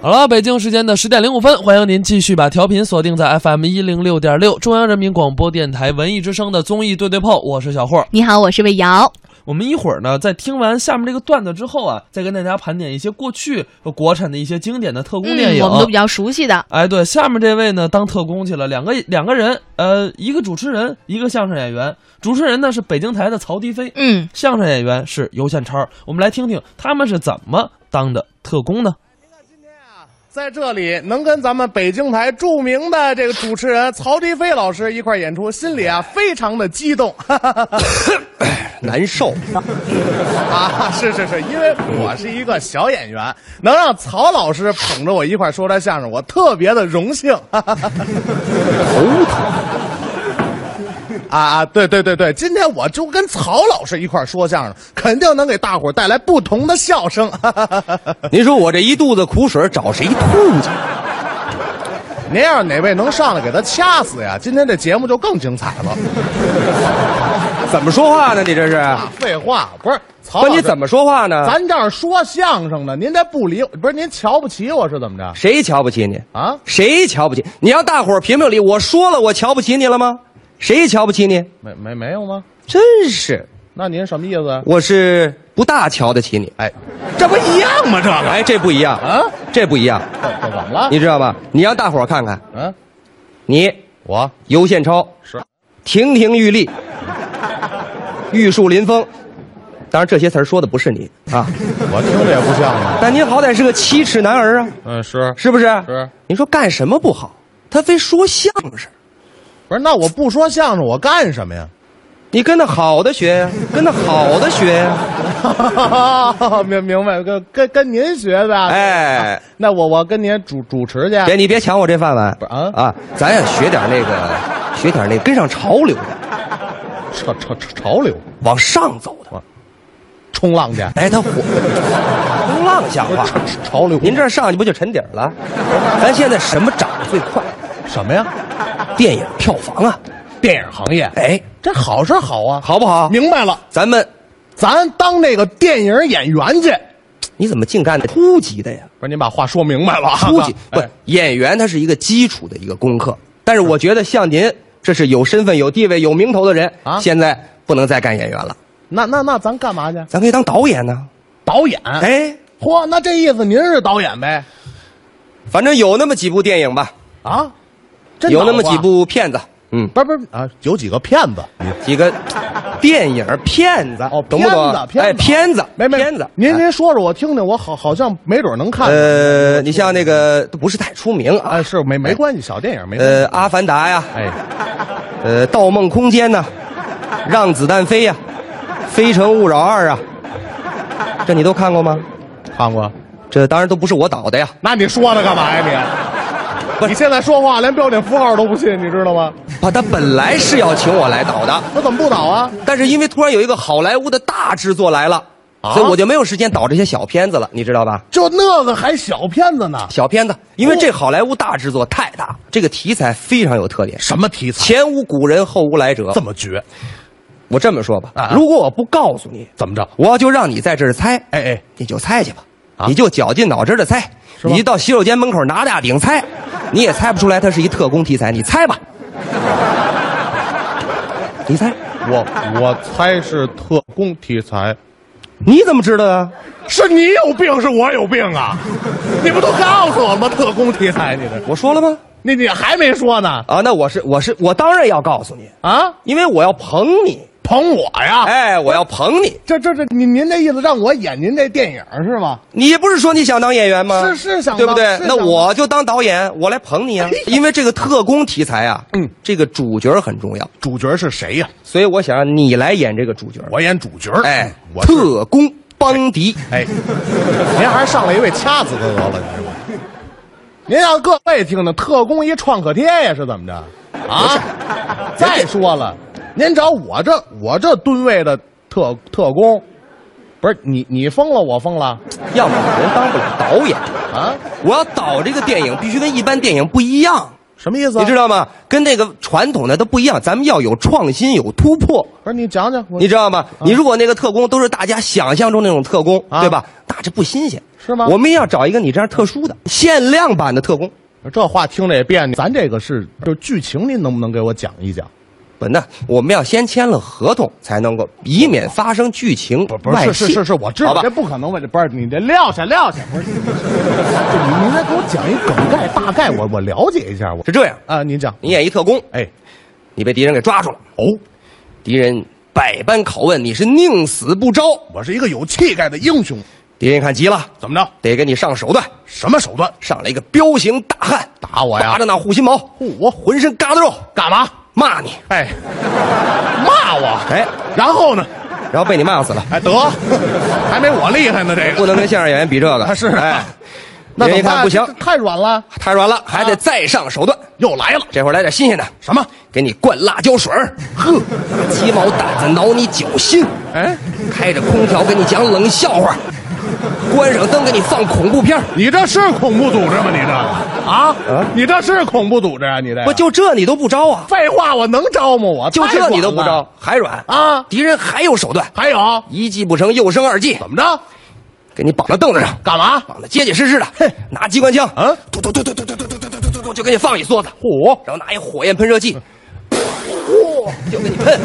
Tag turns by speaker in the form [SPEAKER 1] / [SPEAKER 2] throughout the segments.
[SPEAKER 1] 好了，北京时间的十点零五分，欢迎您继续把调频锁定在 FM 一零六点六，中央人民广播电台文艺之声的综艺对对碰，我是小霍。
[SPEAKER 2] 你好，我是魏瑶。
[SPEAKER 1] 我们一会儿呢，在听完下面这个段子之后啊，再跟大家盘点一些过去呃国产的一些经典的特工电影。
[SPEAKER 2] 嗯我们都比较熟悉的。
[SPEAKER 1] 哎，对，下面这位呢当特工去了，两个两个人，呃，一个主持人，一个相声演员。主持人呢是北京台的曹迪飞，
[SPEAKER 2] 嗯，
[SPEAKER 1] 相声演员是尤宪超。我们来听听他们是怎么当的特工呢？
[SPEAKER 3] 在这里能跟咱们北京台著名的这个主持人曹迪飞老师一块儿演出，心里啊非常的激动
[SPEAKER 4] 难受，
[SPEAKER 3] 啊！是是是，因为我是一个小演员，能让曹老师捧着我一块儿说段相声，我特别的荣幸
[SPEAKER 4] 头疼。
[SPEAKER 3] 啊啊！对对对对，今天我就跟曹老师一块儿说相声，肯定能给大伙儿带来不同的笑声。
[SPEAKER 4] 您说我这一肚子苦水找谁吐去？
[SPEAKER 3] 您要是哪位能上来给他掐死呀，今天这节目就更精彩 了。
[SPEAKER 4] 怎么说话呢？你这是？
[SPEAKER 3] 废话，不是曹
[SPEAKER 4] 不
[SPEAKER 3] 老
[SPEAKER 4] 是，
[SPEAKER 3] 师
[SPEAKER 4] 你怎么说话呢？
[SPEAKER 3] 哦咱这儿说相声呢，您这不理我，不是您瞧不起我是怎么着
[SPEAKER 4] 谁瞧不起你？
[SPEAKER 3] 啊？
[SPEAKER 4] 谁瞧不起？你让大伙儿评评理。我说了，我瞧不起你了吗？谁瞧不起你？
[SPEAKER 3] 没没没有吗？
[SPEAKER 4] 真是，
[SPEAKER 3] 那您什么意思？
[SPEAKER 4] 我是不大瞧得起你。
[SPEAKER 3] 哎，这不一样吗？这个
[SPEAKER 4] 哎，这不一样
[SPEAKER 3] 啊，
[SPEAKER 4] 这不一样，
[SPEAKER 3] 这怎么了？
[SPEAKER 4] 你知道吗？你让大伙儿看看，
[SPEAKER 3] 嗯、
[SPEAKER 4] 你
[SPEAKER 3] 我
[SPEAKER 4] 尤宪超
[SPEAKER 3] 是
[SPEAKER 4] 亭亭玉立，玉树临风。当然，这些词儿说的不是你啊，
[SPEAKER 3] 我听着也不像啊。
[SPEAKER 4] 但您好歹是个七尺男儿啊。
[SPEAKER 3] 嗯，是
[SPEAKER 4] 是不是？
[SPEAKER 3] 是。
[SPEAKER 4] 您说干什么不好？他非说相声，
[SPEAKER 3] 不是？那我不说相声，我干什么呀？
[SPEAKER 4] 你跟他好的学呀，跟他好的学 呀。
[SPEAKER 3] 明明白，跟跟跟您学的。，
[SPEAKER 4] 哎，
[SPEAKER 3] 那我我跟您主主持去。
[SPEAKER 4] 别你别抢我这饭碗
[SPEAKER 3] 不是啊
[SPEAKER 4] 啊！咱也学点那个，学点那跟上潮流的，
[SPEAKER 3] 潮潮潮流，
[SPEAKER 4] 往上走的。
[SPEAKER 3] 冲浪去。
[SPEAKER 4] 哎，他火，冲浪像话。
[SPEAKER 3] 潮流，
[SPEAKER 4] 您这上去不就沉底儿了？咱现在什么涨得最快？
[SPEAKER 3] 什么呀？
[SPEAKER 4] 电影票房啊！
[SPEAKER 3] 电影行业，
[SPEAKER 4] 哎，
[SPEAKER 3] 这好是好啊。
[SPEAKER 4] 好不好？
[SPEAKER 3] 明白了，
[SPEAKER 4] 咱们
[SPEAKER 3] 咱当那个电影演员去。
[SPEAKER 4] 你怎么净干那初级的呀？
[SPEAKER 3] 不是您把话说明白了啊，
[SPEAKER 4] 初级
[SPEAKER 3] 哥
[SPEAKER 4] 不
[SPEAKER 3] 哎嗯
[SPEAKER 4] 是演员，他是一个基础的一个功课。但是我觉得像您，这是有身份、有地位、有名头的人，
[SPEAKER 3] 啊
[SPEAKER 4] 现在不能再干演员了，
[SPEAKER 3] 那那那咱干嘛去？
[SPEAKER 4] 咱可以当导演呢。
[SPEAKER 3] 导演？，
[SPEAKER 4] 哎，
[SPEAKER 3] 嚯，那这意思您是导演呗？
[SPEAKER 4] 反正有那么几部电影吧，
[SPEAKER 3] 啊，真啊
[SPEAKER 4] 有
[SPEAKER 3] 脑
[SPEAKER 4] 那么
[SPEAKER 3] 瓜
[SPEAKER 4] 几，部片子，嗯，
[SPEAKER 3] 不是不是啊，有几个骗子？
[SPEAKER 4] 几个电影片子，懂不懂？
[SPEAKER 3] 哦骗子，
[SPEAKER 4] 哎，片子，
[SPEAKER 3] 没没
[SPEAKER 4] 片子。
[SPEAKER 3] 您
[SPEAKER 4] 哎
[SPEAKER 3] 您说说我听听，我好好像没准能看。
[SPEAKER 4] 呃，你像那个都不是太出名啊
[SPEAKER 3] 啊，，是没没关系，小电影没关系。
[SPEAKER 4] 呃，《阿凡达》呀，
[SPEAKER 3] 哎，
[SPEAKER 4] 呃，《盗梦空间》呐，《让子弹飞》呀，《非诚勿扰二》啊，这你都看过吗？
[SPEAKER 3] 看过。
[SPEAKER 4] 这当然都不是我导的呀，
[SPEAKER 3] 那你说它干嘛呀
[SPEAKER 4] 不
[SPEAKER 3] 你？
[SPEAKER 4] 是
[SPEAKER 3] 你现在说话连标点符号都不信，你知道吗？
[SPEAKER 4] 啊，他本来是要请我来导的，
[SPEAKER 3] 我怎么不倒啊？
[SPEAKER 4] 但是因为突然有一个好莱坞的大制作来了，
[SPEAKER 3] 啊
[SPEAKER 4] 所以我就没有时间导这些小片子了，你知道吧？
[SPEAKER 3] 就那个还小骗子呢？
[SPEAKER 4] 小片子，因为这好莱坞大制作太大，这个题材非常有特点，
[SPEAKER 3] 什么题材？
[SPEAKER 4] 前无古人后无来者
[SPEAKER 3] 这。么绝？
[SPEAKER 4] 我这么说吧
[SPEAKER 3] 啊，
[SPEAKER 4] 如果我不告诉你，
[SPEAKER 3] 怎么着？
[SPEAKER 4] 我要就让你在这儿猜，
[SPEAKER 3] 哎哎，
[SPEAKER 4] 你就猜去吧，
[SPEAKER 3] 啊
[SPEAKER 4] 你就绞尽脑汁的猜，
[SPEAKER 3] 是吗
[SPEAKER 4] 你就到洗手间门口拿大饼猜，你也猜不出来它是一特工题材，你猜吧， 你猜，
[SPEAKER 3] 我我猜是特工题材，
[SPEAKER 4] 你怎么知道的？
[SPEAKER 3] 是你有病是我有病啊？ 你不都告诉我吗？特工题材，你这
[SPEAKER 4] 我说了吗？
[SPEAKER 3] 你你还没说呢
[SPEAKER 4] 啊，那我是我是我当然要告诉你，
[SPEAKER 3] 啊？
[SPEAKER 4] 因为我要捧你，
[SPEAKER 3] 捧我呀？
[SPEAKER 4] 哎，我要捧你。
[SPEAKER 3] 这这这，您您这意思让我演您这电影是吗？
[SPEAKER 4] 你不是说你想当演员吗？
[SPEAKER 3] 是是想当
[SPEAKER 4] 对不对
[SPEAKER 3] 是？想
[SPEAKER 4] 那
[SPEAKER 3] 当
[SPEAKER 4] 我就当导演，我来捧你啊！因为这个特工题材啊，
[SPEAKER 3] 嗯，
[SPEAKER 4] 这个主角很重要，
[SPEAKER 3] 主角是谁呀、
[SPEAKER 4] 所以我想让你来演这个主角。
[SPEAKER 3] 我演主角。
[SPEAKER 4] 哎，
[SPEAKER 3] 我是
[SPEAKER 4] 特工邦迪，
[SPEAKER 3] 哎，您还是上来一位掐死他得了，您说。您让各位听听，特工一创可贴呀，是怎么着？啊！再说了，您找我这我这吨位的特特工，不是你你疯了，我疯了
[SPEAKER 4] 要么人当不了导演。
[SPEAKER 3] 啊？
[SPEAKER 4] 我要导这个电影，必须跟一般电影不一样。
[SPEAKER 3] 什么意思、啊？
[SPEAKER 4] 你知道吗？跟那个传统的都不一样，咱们要有创新，有突破。
[SPEAKER 3] 不是你讲讲，我
[SPEAKER 4] 你知道吗？你如果那个特工都是大家想象中那种特工，
[SPEAKER 3] 嗯啊
[SPEAKER 4] 对吧？那这不新鲜，
[SPEAKER 3] 是吗
[SPEAKER 4] 我们也要找一个你这样特殊的限量版的特工。
[SPEAKER 3] 这话听着也别扭。咱这个是就是剧情，您能不能给我讲一讲？
[SPEAKER 4] 不，那我们要先签了合同，才能够以免发生剧情外泄。
[SPEAKER 3] 是是是是，我知
[SPEAKER 4] 好
[SPEAKER 3] 道
[SPEAKER 4] 吧
[SPEAKER 3] 这？不可能问这不是你这撂下撂下，不是， 就你应该给我讲一梗概，大概我我了解一下我
[SPEAKER 4] 是这样，
[SPEAKER 3] 啊，您讲，
[SPEAKER 4] 你演一特工，
[SPEAKER 3] 哎，
[SPEAKER 4] 你被敌人给抓住了，
[SPEAKER 3] 哦，
[SPEAKER 4] 敌人百般拷问，你是宁死不招。
[SPEAKER 3] 我是一个有气概的英雄，
[SPEAKER 4] 敌人看急了，
[SPEAKER 3] 怎么着？
[SPEAKER 4] 得跟你上手段，
[SPEAKER 3] 什么手段？
[SPEAKER 4] 上来一个彪形大汉，
[SPEAKER 3] 打我呀
[SPEAKER 4] 拔着那护心毛，
[SPEAKER 3] 嚯我
[SPEAKER 4] 浑身疙瘩肉，
[SPEAKER 3] 干嘛？
[SPEAKER 4] 骂你，
[SPEAKER 3] 哎，骂我，
[SPEAKER 4] 哎，
[SPEAKER 3] 然后呢？
[SPEAKER 4] 然后被你骂死了。
[SPEAKER 3] 哎，得，还没我厉害呢，这
[SPEAKER 4] 不
[SPEAKER 3] 个
[SPEAKER 4] 能跟相声演员比这个，
[SPEAKER 3] 是啊
[SPEAKER 4] 哎，
[SPEAKER 3] 那怎
[SPEAKER 4] 人一
[SPEAKER 3] 么
[SPEAKER 4] 看
[SPEAKER 3] 办？
[SPEAKER 4] 不行
[SPEAKER 3] 这，啊太软了，
[SPEAKER 4] 太软了，还得再上手段。
[SPEAKER 3] 又来了，
[SPEAKER 4] 这会儿来点新鲜的，
[SPEAKER 3] 什么？
[SPEAKER 4] 给你灌辣椒水儿，呵，鸡毛掸子挠你脚心，
[SPEAKER 3] 哎，
[SPEAKER 4] 开着空调给你讲冷笑话，关上灯给你放恐怖片儿，
[SPEAKER 3] 你这是恐怖组织吗？你这个啊，你这是恐怖组织啊？你这个
[SPEAKER 4] 不就这你都不招啊？
[SPEAKER 3] 废话，我能招吗？我
[SPEAKER 4] 就
[SPEAKER 3] 太
[SPEAKER 4] 这
[SPEAKER 3] 软
[SPEAKER 4] 你都不
[SPEAKER 3] 了
[SPEAKER 4] 招，还软
[SPEAKER 3] 啊
[SPEAKER 4] 敌人还有手段，
[SPEAKER 3] 还有
[SPEAKER 4] 一计不成又生二计，
[SPEAKER 3] 怎么着？
[SPEAKER 4] 给你绑到凳子上，
[SPEAKER 3] 干嘛？
[SPEAKER 4] 绑得结结实实的，拿机关枪，
[SPEAKER 3] 嗯
[SPEAKER 4] 嘟嘟嘟嘟嘟嘟嘟嘟嘟嘟嘟嘟，就给你放一梭子，
[SPEAKER 3] 嚯！
[SPEAKER 4] 然后拿一火焰喷射器，噗就给你喷，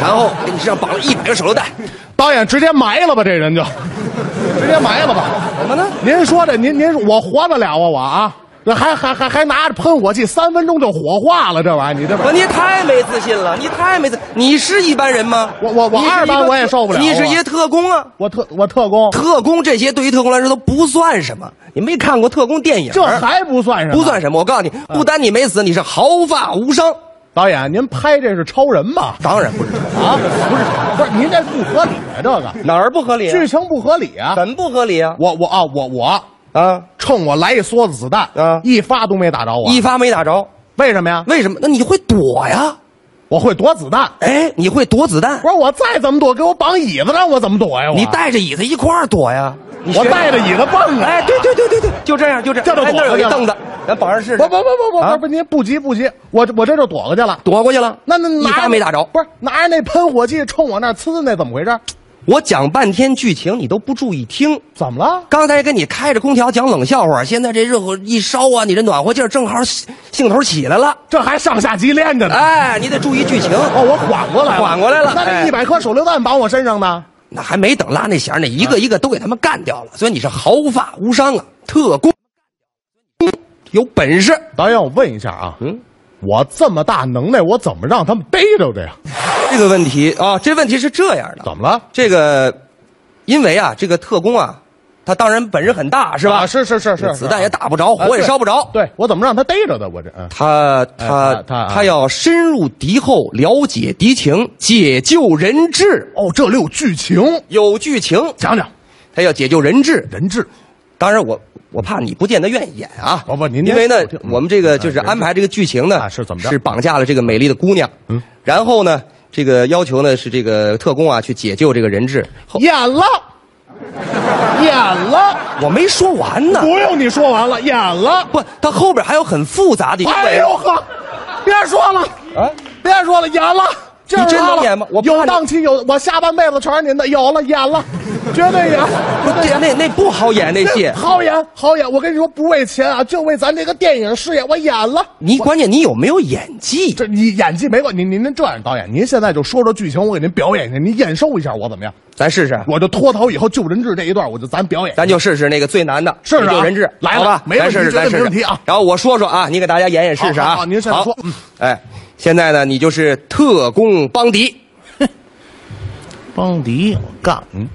[SPEAKER 4] 然后给你身上绑了一百个手榴弹，
[SPEAKER 3] 导演直接埋了吧，这人就 直接埋了吧。
[SPEAKER 4] 怎么呢？
[SPEAKER 3] 您说这，您您我活得了啊？我啊，这还还还还拿着喷火器，三分钟就火化了，这玩意儿，你这不
[SPEAKER 4] 我你太没自信了，你太没自，你是一般人吗？
[SPEAKER 3] 我我我
[SPEAKER 4] 你是一
[SPEAKER 3] 二班我也受不了啊
[SPEAKER 4] 你是一个特工啊，
[SPEAKER 3] 我特我特工，
[SPEAKER 4] 特工这些对于特工来说都不算什么，你没看过特工电影，
[SPEAKER 3] 这还嗯不算什么？
[SPEAKER 4] 不算什么。我告诉你，不单你没死，你是毫发无伤。
[SPEAKER 3] 导演，您拍这是超人吧？
[SPEAKER 4] 当然不是，
[SPEAKER 3] 啊，不是不是，您这不合理啊，这个
[SPEAKER 4] 哪儿不合理、啊？
[SPEAKER 3] 剧情不合理啊！
[SPEAKER 4] 怎么不合理啊？
[SPEAKER 3] 我我啊我我
[SPEAKER 4] 啊，
[SPEAKER 3] 冲我来一梭子子弹，
[SPEAKER 4] 啊
[SPEAKER 3] 一发都没打着我，
[SPEAKER 4] 一发没打着，
[SPEAKER 3] 为什么呀？
[SPEAKER 4] 为什么？那你会躲呀？
[SPEAKER 3] 我会躲子弹。
[SPEAKER 4] 哎，你会躲子弹
[SPEAKER 3] 不，是我再怎么躲，给我绑椅子上，我怎么躲呀？我
[SPEAKER 4] 你带着椅子一块儿躲呀？你
[SPEAKER 3] 我
[SPEAKER 4] 学
[SPEAKER 3] 带着椅子蹦啊！
[SPEAKER 4] 哎，对对对对对，就这样，就这样。
[SPEAKER 3] 这都
[SPEAKER 4] 哎
[SPEAKER 3] 躲
[SPEAKER 4] 那儿有
[SPEAKER 3] 过去
[SPEAKER 4] 一
[SPEAKER 3] 了
[SPEAKER 4] 凳子，咱绑上试试。
[SPEAKER 3] 不不不不不
[SPEAKER 4] 啊
[SPEAKER 3] 不不，您不急不急，我这我这就躲过去了。
[SPEAKER 4] 躲过去了。
[SPEAKER 3] 那那
[SPEAKER 4] 一
[SPEAKER 3] 拿
[SPEAKER 4] 发
[SPEAKER 3] 着
[SPEAKER 4] 没打着。
[SPEAKER 3] 不是拿着那喷火器冲我那儿呲，那怎么回事？
[SPEAKER 4] 我讲半天剧情，你都不注意听。
[SPEAKER 3] 怎么了？
[SPEAKER 4] 刚才跟你开着空调讲冷笑话，现在这热乎一烧啊，你这暖和劲儿正好兴头起来了。
[SPEAKER 3] 这还上下级连着呢。
[SPEAKER 4] 哎，你得注意剧情。
[SPEAKER 3] 哦，我缓过来了，
[SPEAKER 4] 缓过来了
[SPEAKER 3] 那
[SPEAKER 4] 哎
[SPEAKER 3] 这一百颗手榴弹绑我身上呢？
[SPEAKER 4] 那还没等拉那弦呢，一
[SPEAKER 3] 啊
[SPEAKER 4] 个一个都给他们干掉了，所以你是毫发无伤啊，特工，有本事。
[SPEAKER 3] 导演，我问一下啊，
[SPEAKER 4] 嗯，
[SPEAKER 3] 我这么大能耐，我怎么让他们逮着的呀？
[SPEAKER 4] 这个问题啊，这问题是这样的，
[SPEAKER 3] 怎么了？
[SPEAKER 4] 这个，因为啊，这个特工啊，他当然本事很大，是吧？
[SPEAKER 3] 啊是是是是，
[SPEAKER 4] 子弹也打不着，
[SPEAKER 3] 啊
[SPEAKER 4] 火也
[SPEAKER 3] 对
[SPEAKER 4] 烧不着。
[SPEAKER 3] 对我怎么让他逮着的？我这嗯
[SPEAKER 4] 他他
[SPEAKER 3] 哎他他啊
[SPEAKER 4] 他要深入敌后，了解敌情，解救人质，
[SPEAKER 3] 哦，这里有剧情，
[SPEAKER 4] 有剧情。
[SPEAKER 3] 讲讲
[SPEAKER 4] 他要解救人质，
[SPEAKER 3] 人质。哦
[SPEAKER 4] 当然我我怕你不见得愿意演啊。
[SPEAKER 3] 不不您
[SPEAKER 4] 因为呢
[SPEAKER 3] 我听，嗯
[SPEAKER 4] 我们这个就是安排这个剧情呢，
[SPEAKER 3] 啊是怎么着
[SPEAKER 4] 是绑架了这个美丽的姑娘，嗯，然后呢，这个要求呢是这个特工啊去解救这个人质。后
[SPEAKER 3] 演了，演了，
[SPEAKER 4] 我没说完呢，
[SPEAKER 3] 不用你说完了，演了。
[SPEAKER 4] 不，他后边还有很复杂的一个
[SPEAKER 3] 哎
[SPEAKER 4] 内
[SPEAKER 3] 呦
[SPEAKER 4] 容。
[SPEAKER 3] 呵，别说了，
[SPEAKER 4] 啊，
[SPEAKER 3] 别说了，演了。就是
[SPEAKER 4] 你真
[SPEAKER 3] 他了
[SPEAKER 4] 能演吗我怕
[SPEAKER 3] 有
[SPEAKER 4] 你
[SPEAKER 3] 档期有，我下半辈子全是您的。有了，演了，绝对演，绝对
[SPEAKER 4] 对，
[SPEAKER 3] 演。
[SPEAKER 4] 那那不好演那戏，
[SPEAKER 3] 好演，好演！我跟你说，不为钱啊，就为咱这个电影事业，我演了。
[SPEAKER 4] 你关键你有没有演技？
[SPEAKER 3] 这你演技没问您您您这样，导演，您现在就说说剧情，我给您表演一下，您验收一下我怎么样？
[SPEAKER 4] 咱试啊试，
[SPEAKER 3] 我就脱逃以后救人质这一段，我就咱表演一下。
[SPEAKER 4] 咱就试试那个最难的
[SPEAKER 3] 试试啊
[SPEAKER 4] 解救人质，
[SPEAKER 3] 来
[SPEAKER 4] 好
[SPEAKER 3] 了
[SPEAKER 4] 吧？
[SPEAKER 3] 没问
[SPEAKER 4] 咱
[SPEAKER 3] 题
[SPEAKER 4] 试试，
[SPEAKER 3] 绝对
[SPEAKER 4] 咱试
[SPEAKER 3] 没问
[SPEAKER 4] 试
[SPEAKER 3] 题啊
[SPEAKER 4] 然后我说说啊，你给大家演演试试
[SPEAKER 3] 好
[SPEAKER 4] 啊。
[SPEAKER 3] 好好您现在
[SPEAKER 4] 好
[SPEAKER 3] 说嗯
[SPEAKER 4] 哎，现在呢，你就是特工邦迪。
[SPEAKER 3] 邦迪，我干，嗯，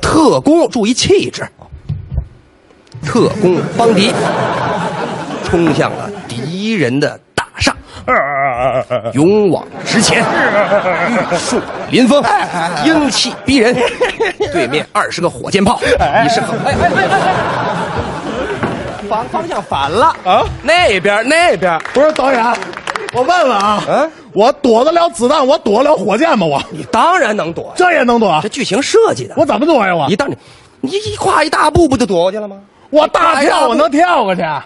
[SPEAKER 4] 特工注意气质，特工邦迪冲向了敌人的大厦，勇往直前，玉树临风，英气逼人。对面二十个火箭炮，你是个哎哎哎哎哎，方方向反了啊！那边那边，
[SPEAKER 3] 不是导演，我问问啊，
[SPEAKER 4] 嗯
[SPEAKER 3] 我躲得了子弹，我躲得了火箭吗？我
[SPEAKER 4] 你当然能躲呀，
[SPEAKER 3] 这也能躲
[SPEAKER 4] 这？剧情设计的。
[SPEAKER 3] 我怎么躲呀？我
[SPEAKER 4] 你当你你一跨一大步不就躲过去了吗？哎
[SPEAKER 3] 我大跳，我能跳过去？啊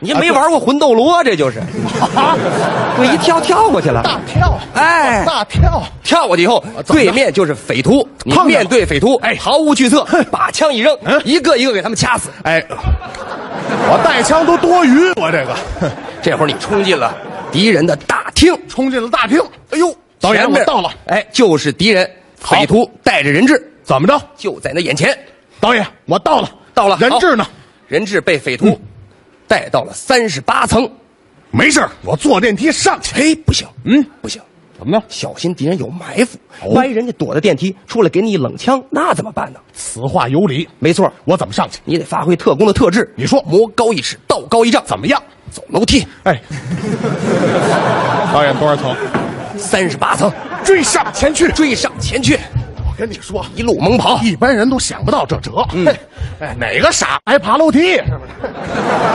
[SPEAKER 4] 你没玩过魂斗罗，这 就是，对，一跳跳过去了，
[SPEAKER 3] 大跳，
[SPEAKER 4] 哎
[SPEAKER 3] 大跳，
[SPEAKER 4] 跳过去以后，
[SPEAKER 3] 怎么着
[SPEAKER 4] 对面就是匪徒，你
[SPEAKER 3] 碰上了
[SPEAKER 4] 面对匪徒，哎，毫无惧色，把枪一扔，
[SPEAKER 3] 嗯
[SPEAKER 4] 一个一个给他们掐死。
[SPEAKER 3] 哎，我带枪都多余，我这个
[SPEAKER 4] 这会儿你冲进了敌人的大厅，
[SPEAKER 3] 冲进了大厅。哎呦，导演，
[SPEAKER 4] 前
[SPEAKER 3] 我
[SPEAKER 4] 面
[SPEAKER 3] 到了，
[SPEAKER 4] 哎，就是敌人，
[SPEAKER 3] 好
[SPEAKER 4] 匪徒带着人质
[SPEAKER 3] 怎么着？
[SPEAKER 4] 就在那眼前，
[SPEAKER 3] 导演，我到了，
[SPEAKER 4] 到了，
[SPEAKER 3] 人质呢
[SPEAKER 4] 好？？人质被匪徒带到了三十八层，
[SPEAKER 3] 没事儿，我坐电梯上去。
[SPEAKER 4] 嘿，不行，
[SPEAKER 3] 嗯，
[SPEAKER 4] 不行，
[SPEAKER 3] 怎么了？
[SPEAKER 4] 小心敌人有埋伏，
[SPEAKER 3] 哦
[SPEAKER 4] 万一人家躲在电梯出来给你一冷枪，那怎么办呢？
[SPEAKER 3] 此话有理，
[SPEAKER 4] 没错，
[SPEAKER 3] 我怎么上去？
[SPEAKER 4] 你得发挥特工的特质。
[SPEAKER 3] 你说
[SPEAKER 4] 魔高一尺，道高一丈，怎么样？走楼梯，
[SPEAKER 3] 哎，导演多少层？
[SPEAKER 4] 三十八层，
[SPEAKER 3] 追上前去！
[SPEAKER 4] 追上前去，
[SPEAKER 3] 我跟你说，
[SPEAKER 4] 一路猛跑。
[SPEAKER 3] 一般人都想不到这辙。嗯，哎，哪个傻还爬楼梯？是不是？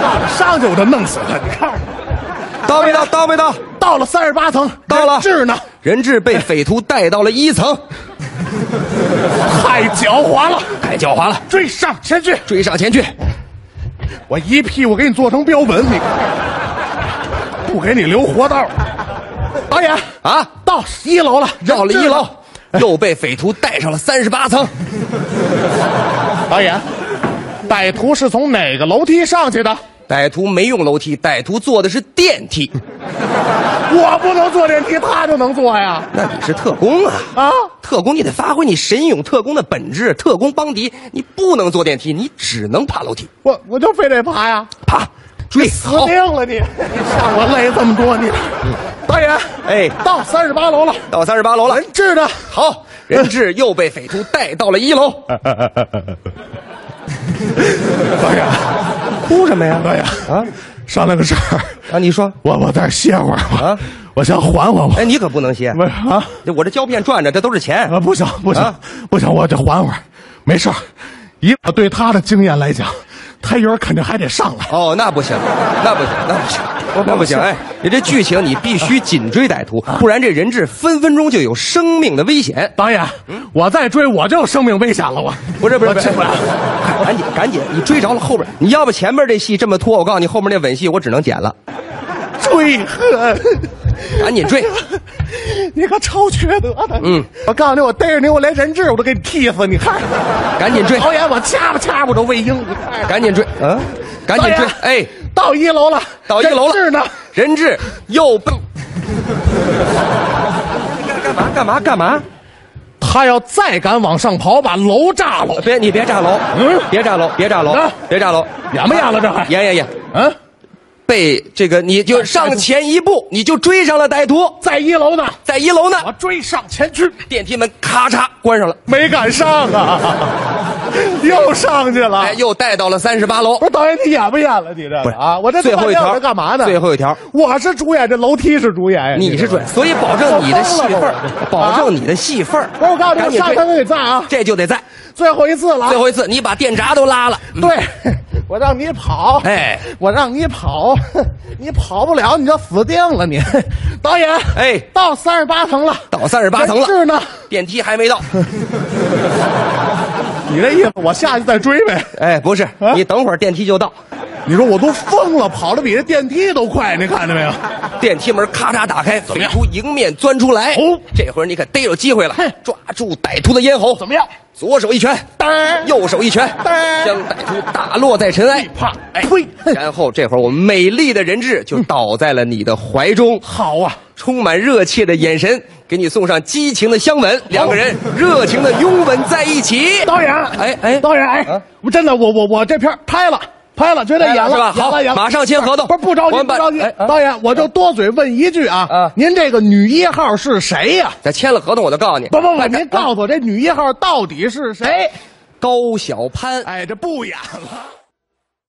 [SPEAKER 3] 到了上去我就弄死他！你看，
[SPEAKER 4] 到没到？到没到？
[SPEAKER 3] 到了三十八层，
[SPEAKER 4] 到了。
[SPEAKER 3] 人质呢？
[SPEAKER 4] 人质被匪徒带到了一层，
[SPEAKER 3] 太狡猾了！
[SPEAKER 4] 太狡猾了，
[SPEAKER 3] 追上前去，
[SPEAKER 4] 追上前去，
[SPEAKER 3] 我一屁股给你做成标本，你不给你留活道。导演
[SPEAKER 4] 啊
[SPEAKER 3] 到一楼了，
[SPEAKER 4] 到了一楼
[SPEAKER 3] 人质呢。
[SPEAKER 4] 又被匪徒带上了三十八层，
[SPEAKER 3] 导演，歹徒是从哪个楼梯上去的？
[SPEAKER 4] 歹徒没用楼梯，歹徒坐的是电梯。
[SPEAKER 3] 我不能坐电梯，他就能坐呀？
[SPEAKER 4] 那你是特工啊？
[SPEAKER 3] 啊，
[SPEAKER 4] 特工，你得发挥你神勇特工的本质。特工邦迪，你不能坐电梯，你只能爬楼梯，
[SPEAKER 3] 我我就非得爬呀！
[SPEAKER 4] 爬追
[SPEAKER 3] 哎死
[SPEAKER 4] 好
[SPEAKER 3] 定。了你！让我累这么多你。导演，
[SPEAKER 4] 哎，
[SPEAKER 3] 到三十八楼了，
[SPEAKER 4] 到三十八楼了，
[SPEAKER 3] 人质呢？
[SPEAKER 4] 好，人质又被匪徒带到了一楼。
[SPEAKER 3] 哎导演，
[SPEAKER 4] 哭什么呀
[SPEAKER 3] 导演啊，商量个事儿，
[SPEAKER 4] 啊，你说，
[SPEAKER 3] 我我在这儿歇会儿
[SPEAKER 4] 啊
[SPEAKER 3] 吧，我想缓缓
[SPEAKER 4] 哎，
[SPEAKER 3] 我。
[SPEAKER 4] 你可不能歇
[SPEAKER 3] 不，是啊
[SPEAKER 4] 这我这胶片转着，这都是钱。
[SPEAKER 3] 啊，不行不行
[SPEAKER 4] 啊
[SPEAKER 3] 不行，我得缓会儿，没事儿。以我对他的经验来讲，他一会儿肯定还得上来。
[SPEAKER 4] 哦，那不行，那不行，那不行，那不行！哎，你这剧情你必须紧追歹
[SPEAKER 3] 啊
[SPEAKER 4] 徒，不然这人质分分钟就有生命的危险。
[SPEAKER 3] 导演，我再追我就生命危险了，我
[SPEAKER 4] 嗯不是不是
[SPEAKER 3] 我
[SPEAKER 4] 不是，
[SPEAKER 3] 追不了。
[SPEAKER 4] 哎赶紧赶紧，你追着了后边，你要不前面这戏这么拖，我告诉你，后面那吻戏我只能剪了。
[SPEAKER 3] 追呵，
[SPEAKER 4] 赶紧追！
[SPEAKER 3] 你可超缺德的！
[SPEAKER 4] 嗯，
[SPEAKER 3] 我告诉你，我逮着你，我连人质我都给你踢死，你看。
[SPEAKER 4] 赶紧追
[SPEAKER 3] 导演，我掐吧掐吧，我都喂鹰。你看
[SPEAKER 4] 赶紧追！嗯，赶紧追！哎，，
[SPEAKER 3] 导演到一楼了，
[SPEAKER 4] 到一楼了，
[SPEAKER 3] 人质呢？
[SPEAKER 4] 人质又被干嘛干嘛干嘛？
[SPEAKER 3] 他要再敢往上跑，把楼炸了，
[SPEAKER 4] 别你别炸楼，
[SPEAKER 3] 嗯
[SPEAKER 4] 别炸楼，别炸楼
[SPEAKER 3] 啊，
[SPEAKER 4] 别炸楼，
[SPEAKER 3] 演不演了？这还
[SPEAKER 4] 演演演！
[SPEAKER 3] 嗯，
[SPEAKER 4] 被这个你就上前一步，你就追上了歹徒，
[SPEAKER 3] 在一楼呢，
[SPEAKER 4] 在一楼呢，
[SPEAKER 3] 我追上前去，
[SPEAKER 4] 电梯门咔嚓关上了，
[SPEAKER 3] 没赶上啊， 又上去了。
[SPEAKER 4] 哎，又带到了三十八楼
[SPEAKER 3] 不。是导演，你演不演了？你这个
[SPEAKER 4] 不是
[SPEAKER 3] 啊，我这
[SPEAKER 4] 最后
[SPEAKER 3] 半
[SPEAKER 4] 一
[SPEAKER 3] 天
[SPEAKER 4] 条
[SPEAKER 3] 我这干嘛呢？
[SPEAKER 4] 最后一条，
[SPEAKER 3] 我是主演，这楼梯是主演呀。
[SPEAKER 4] 哎你
[SPEAKER 3] 知
[SPEAKER 4] 是
[SPEAKER 3] 道
[SPEAKER 4] 准，
[SPEAKER 3] 吗
[SPEAKER 4] 所以保证你的戏份
[SPEAKER 3] 我疯了
[SPEAKER 4] 儿，保证你的戏份儿。
[SPEAKER 3] 不是我告诉你，
[SPEAKER 4] 赶
[SPEAKER 3] 我
[SPEAKER 4] 紧
[SPEAKER 3] 上
[SPEAKER 4] 追
[SPEAKER 3] 他给你炸啊！
[SPEAKER 4] 这就得在
[SPEAKER 3] 最后一次了啊，
[SPEAKER 4] 最后一次，你把电闸都拉了。嗯
[SPEAKER 3] 对，我让你跑，
[SPEAKER 4] 哎
[SPEAKER 3] 我让你跑， 你跑不了你就死定了你。 导演，
[SPEAKER 4] 哎
[SPEAKER 3] 到三十八层了，
[SPEAKER 4] 到三十八层
[SPEAKER 3] 是
[SPEAKER 4] 了，
[SPEAKER 3] 呢，
[SPEAKER 4] 电梯还没到。
[SPEAKER 3] 你这意思我下去再追呗？
[SPEAKER 4] 哎，不是，你等会儿电梯就到，
[SPEAKER 3] 你说我都疯了，跑的比这电梯都快，你看见没有？
[SPEAKER 4] 电梯门咔嚓打开，
[SPEAKER 3] 么
[SPEAKER 4] 匪
[SPEAKER 3] 样
[SPEAKER 4] 徒迎面钻出来。
[SPEAKER 3] 哦
[SPEAKER 4] 这会儿你可逮着机会了
[SPEAKER 3] 嘿，
[SPEAKER 4] 抓住歹徒的咽喉。
[SPEAKER 3] 怎么样？
[SPEAKER 4] 左手一拳，
[SPEAKER 3] 当
[SPEAKER 4] 右手一拳，
[SPEAKER 3] 当
[SPEAKER 4] 将歹徒打落在尘埃。
[SPEAKER 3] 啪，呸，
[SPEAKER 4] 然后这会儿，我们美丽的人质就倒在了你的怀中，
[SPEAKER 3] 嗯好啊，
[SPEAKER 4] 充满热切的眼神给你送上激情的香吻，两个人热情的拥吻在一起。
[SPEAKER 3] 导演，
[SPEAKER 4] 哎哎
[SPEAKER 3] 导演，哎
[SPEAKER 4] 啊，
[SPEAKER 3] 我真的，我我我这片儿拍了。拍了，觉得演
[SPEAKER 4] 拍了
[SPEAKER 3] 了，
[SPEAKER 4] 是吧
[SPEAKER 3] 演
[SPEAKER 4] 好
[SPEAKER 3] 了，演了，
[SPEAKER 4] 马上签合同
[SPEAKER 3] 不是不着急，
[SPEAKER 4] 我
[SPEAKER 3] 不
[SPEAKER 4] 们把
[SPEAKER 3] 着急
[SPEAKER 4] 哎。啊
[SPEAKER 3] 导演，我就多嘴问一句啊，
[SPEAKER 4] 啊
[SPEAKER 3] 您这个女一号是谁呀？
[SPEAKER 4] 咱签了合同，我就告诉你，
[SPEAKER 3] 不不不，哎您告诉我这女一号到底是谁？
[SPEAKER 4] 高小攀。
[SPEAKER 3] 哎，这不演了。